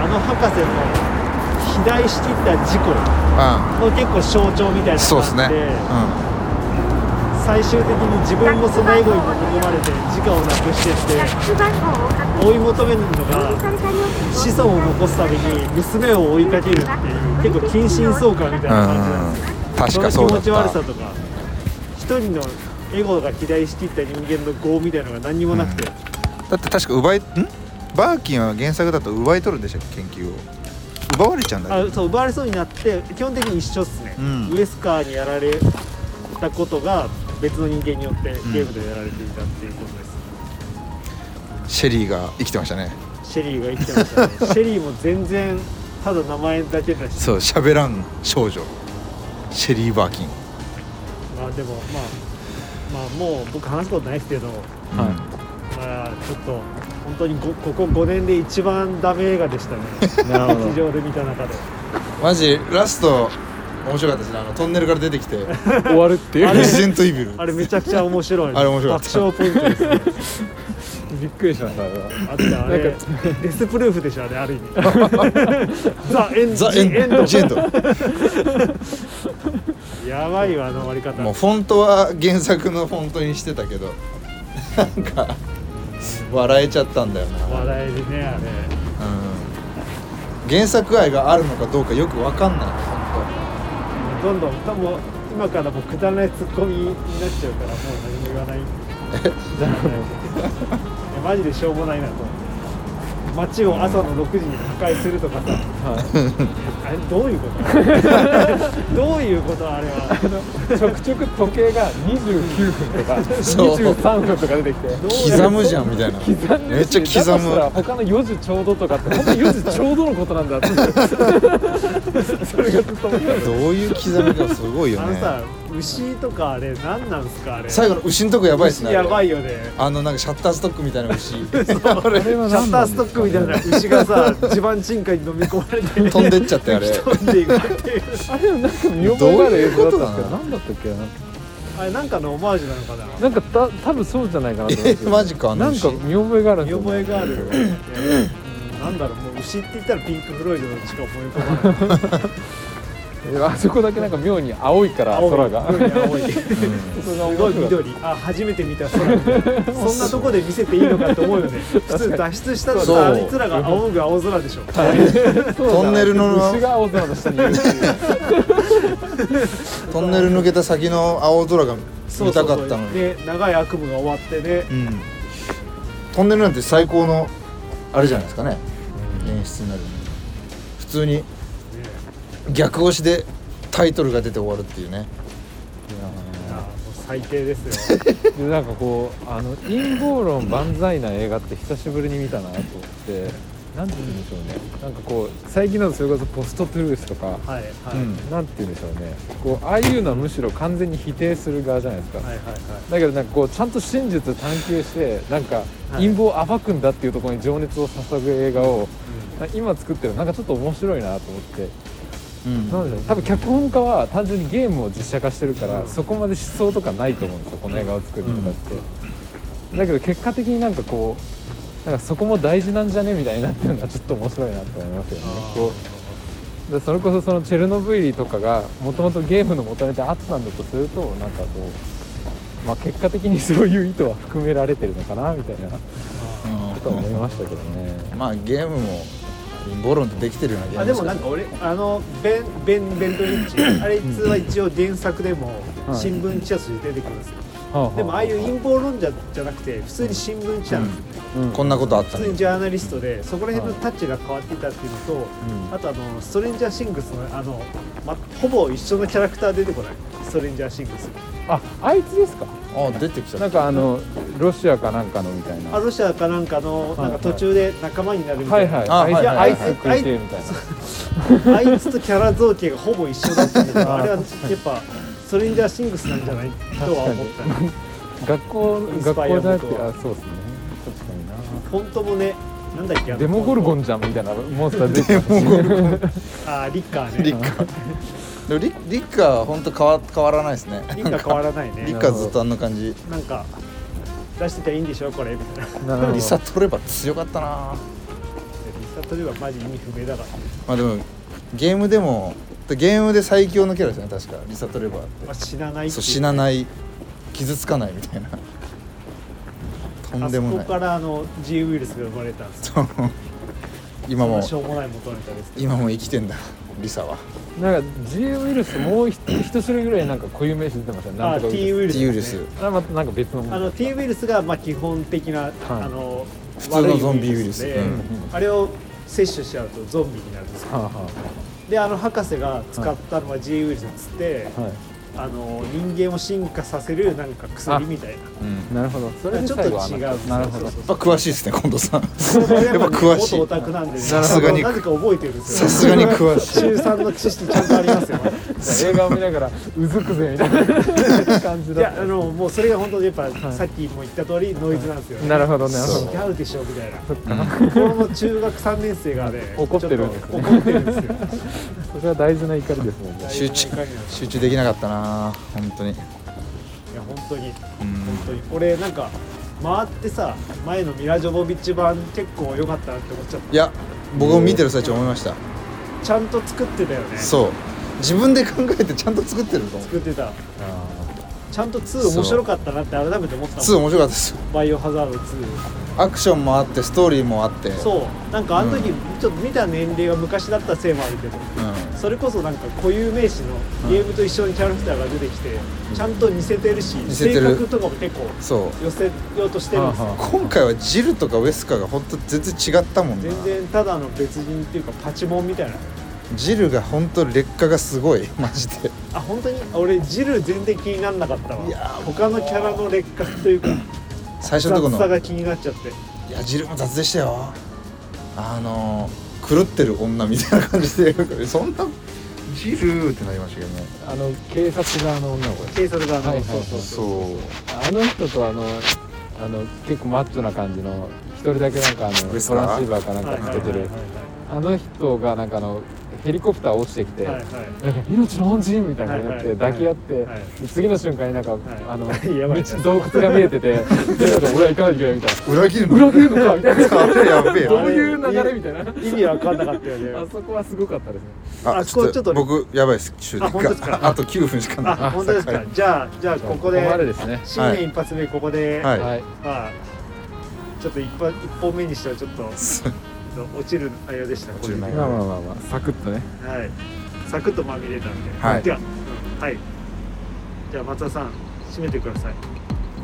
Speaker 2: あの博士の肥大しきった事故
Speaker 4: う
Speaker 2: の結構象徴みたいなん
Speaker 4: そうですね
Speaker 2: 感じで、最終的に自分もそのエゴに囲まれて自我をなくしてって追い求めるのが子
Speaker 5: 子
Speaker 2: 孫
Speaker 5: 孫
Speaker 2: を
Speaker 5: を
Speaker 2: 残
Speaker 5: 残
Speaker 2: す
Speaker 5: す
Speaker 2: た
Speaker 5: た
Speaker 2: め
Speaker 5: め
Speaker 2: に
Speaker 5: に
Speaker 2: 娘を追いかけるっていう結構近親相関みたいな
Speaker 4: うん
Speaker 2: 感
Speaker 4: うん
Speaker 2: じなんですよ
Speaker 4: 確かそう
Speaker 2: の気
Speaker 4: だ
Speaker 2: 持
Speaker 4: っ
Speaker 2: ち悪さ
Speaker 4: た
Speaker 2: とか一人のエゴが肥大しきった人間の業みたいなのが何にもなくて、
Speaker 4: だって確か奪いんバーキンは原作だと奪い取るんでしたっけ研究を奪われちゃうんだっ
Speaker 2: あそう奪われそうになって基本的に一緒っすね、
Speaker 4: うん
Speaker 2: ウエスカーにやられたことが別の人間によってゲームでやられていたっていうことです、
Speaker 4: けシェリーが生きてましたね
Speaker 2: シェリーが生きてましたねシェリーも全然ただ名前だけだし
Speaker 4: そう喋らん少女シェリー・バーキン
Speaker 2: まあでもまあまあもう僕話すことないですけど
Speaker 3: は
Speaker 2: まあちょっと本当にごここ5年で一番ダメ映画でしたね
Speaker 3: いなるほ
Speaker 2: 劇場で見た中で
Speaker 4: マジラスト面白かったですねあのトンネルから出てきて
Speaker 3: ど終わるってい
Speaker 2: あ
Speaker 3: う
Speaker 2: れ
Speaker 4: 自然とイビル
Speaker 2: あれめちゃくちゃ面白い
Speaker 4: あれ面白かった
Speaker 2: 爆笑ポイントですね
Speaker 3: びっくりしましたあれは
Speaker 2: あってあれ
Speaker 3: なん
Speaker 2: デ
Speaker 3: か
Speaker 2: スプルーフでしょあれある意味 ザ・エンド
Speaker 4: ザ・エンドジエンド
Speaker 2: やばいわあの終わり方
Speaker 4: もうフォントは原作のフォントにしてたけどなんか笑えちゃったんだよな、
Speaker 2: 笑えるねあれ
Speaker 4: うん、原作愛があるのかどうかよく分かんない本
Speaker 2: どんどん多分今からもうくだらないツッコミになっちゃうからもう何も言わないじゃないいやマジでしょうもないなと思って街を朝の6時に破壊するとかさ
Speaker 3: は
Speaker 2: あれどういうこと どういうことあれは
Speaker 3: ちょくちょく時計が29分とか
Speaker 4: そう
Speaker 3: 23分とか出てきて
Speaker 2: どう
Speaker 4: 当刻むじゃんみたいな
Speaker 3: 刻んで
Speaker 4: め
Speaker 3: る
Speaker 4: っ
Speaker 3: し
Speaker 4: ちゃ刻
Speaker 3: だとしたら
Speaker 4: む
Speaker 3: 他の4時ちょうどとかって本当に4時ちょうどのことなんだってそれがずっと面白い
Speaker 4: どういう刻みかすごいよ
Speaker 2: あの
Speaker 4: ね
Speaker 2: さ牛とかあれ何なんすかあれ
Speaker 4: 最後の牛のとこやばいですねあ
Speaker 2: 牛
Speaker 4: れ
Speaker 2: やばいよね
Speaker 4: あのなんかシャッターストックみたいな牛
Speaker 3: あれは
Speaker 2: シャ
Speaker 3: 何
Speaker 2: ッタ
Speaker 3: な
Speaker 2: ース
Speaker 3: んです
Speaker 2: トック
Speaker 3: かね
Speaker 2: みたいな牛がさ地盤沈下に飲み込まれて
Speaker 4: 飛んでっちゃってあれ
Speaker 2: 飛んでいくっていう
Speaker 3: あれはなんか見覚えがある映像だったんですけど何だったっけな
Speaker 2: あれなんかのオマージュなのかな
Speaker 3: なんかた多分そうじゃないかなと思うんですよ
Speaker 4: えマジかあの
Speaker 3: なん
Speaker 4: 牛
Speaker 3: か見覚えがあるん
Speaker 2: 見
Speaker 3: ですよ
Speaker 2: 覚えがあるよねうんなんだろうもう牛って言ったらピンク・フロイドのしか思い浮かばない
Speaker 3: あそこだけなんか妙に青いから
Speaker 2: 青い
Speaker 3: 空 が
Speaker 2: うん青い
Speaker 3: す
Speaker 2: すごい緑あ初めて見た空みたいなそんなとこで見せていいのかと思うよね普通脱出したら
Speaker 4: そう
Speaker 2: さあいつらが仰ぐ青空でしょ
Speaker 4: トンネルの
Speaker 3: 牛が青空の下にいるっていう
Speaker 4: トンネル抜けた先の青空が
Speaker 2: そうそ
Speaker 4: 見た
Speaker 2: うそ
Speaker 4: か
Speaker 2: う
Speaker 4: ったのに
Speaker 2: で長い悪夢が終わってね
Speaker 4: うんトンネルなんて最高のあれじゃないですかね演出になる普通に逆押しでタイトルが出て終わるっていうね
Speaker 2: あもう最低ですよ
Speaker 3: でなんかこうあの陰謀論万歳な映画って久しぶりに見たなと思ってなんて言うんでしょうねなんかこう最近だとそれこそポストトゥルースとか
Speaker 2: はいはい、
Speaker 4: うん
Speaker 3: なんて言うんでしょうねこうああいうのはむしろ完全に否定する側じゃないですか、
Speaker 2: はいはいはい
Speaker 3: だけどなんかこうちゃんと真実探求してなんか
Speaker 2: はい
Speaker 3: 陰謀を暴くんだっていうところに情熱を注ぐ映画を今作ってるのなんかちょっと面白いなと思って
Speaker 4: うん
Speaker 3: なんで多分脚本家は単純にゲームを実写化してるからそこまで思想とかないと思うんですよこの映画を作るとかって、だけど結果的になんかこうなんかそこも大事なんじゃねみたいになってるのがちょっと面白いなと思いますよね
Speaker 2: あー
Speaker 3: こうでそれこそそのチェルノブイリとかがもともとゲームの元ネタあったんだとするとなんかこう、まあ、結果的にそういう意図は含められてるのかなみたいなことは思いましたけどね
Speaker 4: まあゲームも陰謀論ってできてるようなゲー
Speaker 2: あでも
Speaker 4: ムです
Speaker 2: なん
Speaker 4: から
Speaker 2: か俺あのベンベンベントリッチあれ実は一応原作でも
Speaker 3: はい
Speaker 2: 新聞記者として出てくるんですよ、
Speaker 3: はは
Speaker 2: でもああいう陰謀論者じゃなくて普通に新聞記者なんですよ、
Speaker 3: うん
Speaker 4: こんなことあっ
Speaker 2: 普
Speaker 4: たの
Speaker 2: 通にジャーナリストでそこら辺のタッチが変わっていたっていうのと、あとあのストレンジャーシングスのあの、ま、ほぼ一緒のキャラクター出てこないストレンジャーシングス
Speaker 3: ああいつですか
Speaker 4: あ出てきちゃ
Speaker 3: な
Speaker 4: っ
Speaker 3: んかあのロシアかなんかのみたい
Speaker 2: あ
Speaker 3: な
Speaker 2: ロシアかなんかのなん
Speaker 3: は
Speaker 2: か途
Speaker 3: い
Speaker 2: 中で仲間になるみた
Speaker 3: はい
Speaker 2: い
Speaker 3: はい
Speaker 2: な
Speaker 4: あはいはい
Speaker 3: や
Speaker 4: はい
Speaker 3: アイス食いてえみたいな
Speaker 2: あいつとキャラ造形がほぼ一緒だったけ どあれはやっぱストレンジャーシングスなんじゃないとは思ったね
Speaker 3: 学校
Speaker 2: インス
Speaker 3: 学
Speaker 2: パイア
Speaker 3: 校じゃな
Speaker 2: 僕
Speaker 3: くて
Speaker 2: は
Speaker 3: あそうですね確かにな
Speaker 2: フォントもねなんだっけあの
Speaker 3: デモゴルゴンじゃんみたいなモンスター出てきた
Speaker 2: あーリッカー
Speaker 4: た
Speaker 2: ね
Speaker 4: リッカでもリリッカは本当変わ変わらないですね
Speaker 2: リッカー変わらない
Speaker 4: リ
Speaker 2: ね
Speaker 4: ッカはずっとあんな感じ
Speaker 2: なんか出してたらいいんでしょこれみたいなリ
Speaker 3: なるほど
Speaker 4: リサ取れば強かったな
Speaker 2: サといえばマジ意味不明だから
Speaker 4: まあでもゲームでもゲームで最強のキャラですよね確かリサ・トレバーっ
Speaker 2: まあ、死なないってい
Speaker 4: てそう死なない傷つかないみたいなとんでもな
Speaker 2: あ
Speaker 4: い
Speaker 2: そこからあの G ウイルスが生まれたんですよ
Speaker 4: そう今
Speaker 2: そん
Speaker 4: も
Speaker 2: なしょうもない元ネタですけど
Speaker 4: 今も生きてんだリサは
Speaker 3: なんか G ウイルスもう一一種類ぐらいなんか固有名詞出てましたねな
Speaker 2: あ
Speaker 3: んと
Speaker 2: ー
Speaker 3: か
Speaker 2: T
Speaker 3: ウイル
Speaker 2: ウイル
Speaker 4: 自
Speaker 2: ス
Speaker 4: 由
Speaker 2: で
Speaker 4: ですす
Speaker 2: ね
Speaker 4: よ
Speaker 3: スあまたなんか別のも
Speaker 2: あ
Speaker 3: の
Speaker 2: の T ウイルスがまあ基本的な、あの
Speaker 4: 普通のゾンビウイルス
Speaker 2: 悪いで
Speaker 4: うん
Speaker 2: あれを摂取しちゃうとゾンビになるんですよ
Speaker 3: はあは
Speaker 2: であの博士が使ったのは G ウイルスっつって、
Speaker 3: あは
Speaker 2: あの人間を進化させるなんか薬みたいな
Speaker 3: はいなるほどそれで
Speaker 2: ちょっと
Speaker 3: 最後
Speaker 2: 違
Speaker 3: は
Speaker 2: う
Speaker 3: なるほど
Speaker 2: そうそう
Speaker 4: やっぱ詳しいですね近藤さ ん
Speaker 2: そうそれは
Speaker 4: やっぱ詳しい
Speaker 2: 元オタクなんでね
Speaker 4: さすがに
Speaker 2: なぜか覚えてるんですよ
Speaker 4: さすがに詳しい
Speaker 2: 中3の知識ちゃんとありますよ
Speaker 3: 映画を見ながらうずくぜみたいな感じ
Speaker 2: い
Speaker 3: だ
Speaker 2: や
Speaker 3: っ
Speaker 2: あのもうそれが本当にやっぱ、さっきも言った通りノイズなんですよ、
Speaker 3: た
Speaker 2: ね
Speaker 3: なるほどねあ
Speaker 4: そう
Speaker 3: の
Speaker 2: 違うでしょみたいな
Speaker 3: そっか
Speaker 2: この中学3年生がね
Speaker 3: 怒ってるんです
Speaker 2: ちょっと怒ってるんですよ
Speaker 3: それは大事な怒りですもんね
Speaker 4: 集中
Speaker 2: いや
Speaker 4: 集中できなかったな本当に
Speaker 2: 本当に
Speaker 4: うん
Speaker 2: 本当に俺なんか回ってさ前のミラ・ジョボビッチ版結構良かったなって思っちゃっ
Speaker 4: いや僕も見てる最中思いました
Speaker 2: たちゃんと作ってたよね
Speaker 4: そう自分で考えてちゃんと作ってると思う
Speaker 2: 作ってた
Speaker 3: あー
Speaker 2: ちゃんと2面白かったなって改めて思った
Speaker 4: 2
Speaker 2: もん
Speaker 4: 面白かったですよ
Speaker 2: バイオハザード2
Speaker 4: アクションもあってストーリーもあって
Speaker 2: そうなんかあの時ちょっと見た年齢が昔だったせいもあるけど
Speaker 4: う
Speaker 2: それこそなんか固有名詞のゲームと一緒にキャラクターが出てきてちゃんと似せてるし
Speaker 4: 似せて
Speaker 2: 性
Speaker 4: る
Speaker 2: 格とかも結構
Speaker 4: ん、そう
Speaker 2: 寄せようとしてるんですよ
Speaker 3: はあは
Speaker 4: 今回はジルとかウェスカが本当全然違ったもんな
Speaker 2: 全然ただの別人っていうかパチモンみたいな
Speaker 4: ジルが本当劣化がすごい マジで
Speaker 2: あ本当に俺ジル全然気になんなかったわ
Speaker 4: いやー
Speaker 2: 他のキャラの劣化というか
Speaker 4: 最初のとこ
Speaker 2: 雑さ
Speaker 4: の
Speaker 2: が気になっちゃって
Speaker 4: いやジルも雑でしたよあの狂ってる女みたいな感じで そんなチルーってなりましたけどね
Speaker 3: あの警察側の女の子です
Speaker 2: 警察があの、
Speaker 3: はいはい
Speaker 2: そうそうそう
Speaker 4: そ
Speaker 3: あの人とあのあの結構マッチョな感じの一人だけなんかあのトラン
Speaker 4: ウエス
Speaker 3: シ
Speaker 4: パー
Speaker 3: ーバーかなん
Speaker 2: はい
Speaker 3: か
Speaker 2: はい
Speaker 3: つけてるあの人がなんかあのヘリコプター落ちてきて、
Speaker 2: はいはい
Speaker 3: なんか命の恩人みたいなになって
Speaker 2: はいはい
Speaker 3: 抱き合って、
Speaker 2: はい
Speaker 3: で次の瞬間になんか、あの
Speaker 2: はい やばい
Speaker 3: 道洞窟が見えて てでなんか俺は行かなきゃいけないみたいう
Speaker 4: 裏切る
Speaker 3: な
Speaker 4: の
Speaker 3: 裏切るのかみたいな
Speaker 4: やべえ
Speaker 3: ど
Speaker 4: や
Speaker 3: ういう流れみたいな
Speaker 2: 意味わかんなかったよね
Speaker 3: あそこはすごかったですね
Speaker 2: あそこちょっと
Speaker 4: 僕やばいです終電
Speaker 2: あ本当です
Speaker 4: が
Speaker 2: か
Speaker 4: あと9分しかない
Speaker 2: あ本当ですかじゃあじゃあここで
Speaker 3: こまでですね
Speaker 2: 新年一発目ここで、
Speaker 4: はい
Speaker 3: はい
Speaker 2: まあちょっと一発一本目にしてはちょっと落ちる内容でした
Speaker 4: 落ちる内
Speaker 3: まあまあまあまあサクッとね
Speaker 2: はいサクッとまみれたんで、
Speaker 4: はい
Speaker 2: では、うんはい、じゃあ松田さん締めてください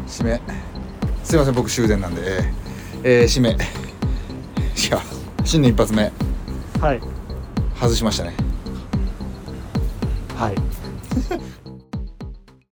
Speaker 4: 締めすいません僕終電なんでえーえー締めいや新年一発目
Speaker 2: はい
Speaker 4: 外しましたね
Speaker 2: はい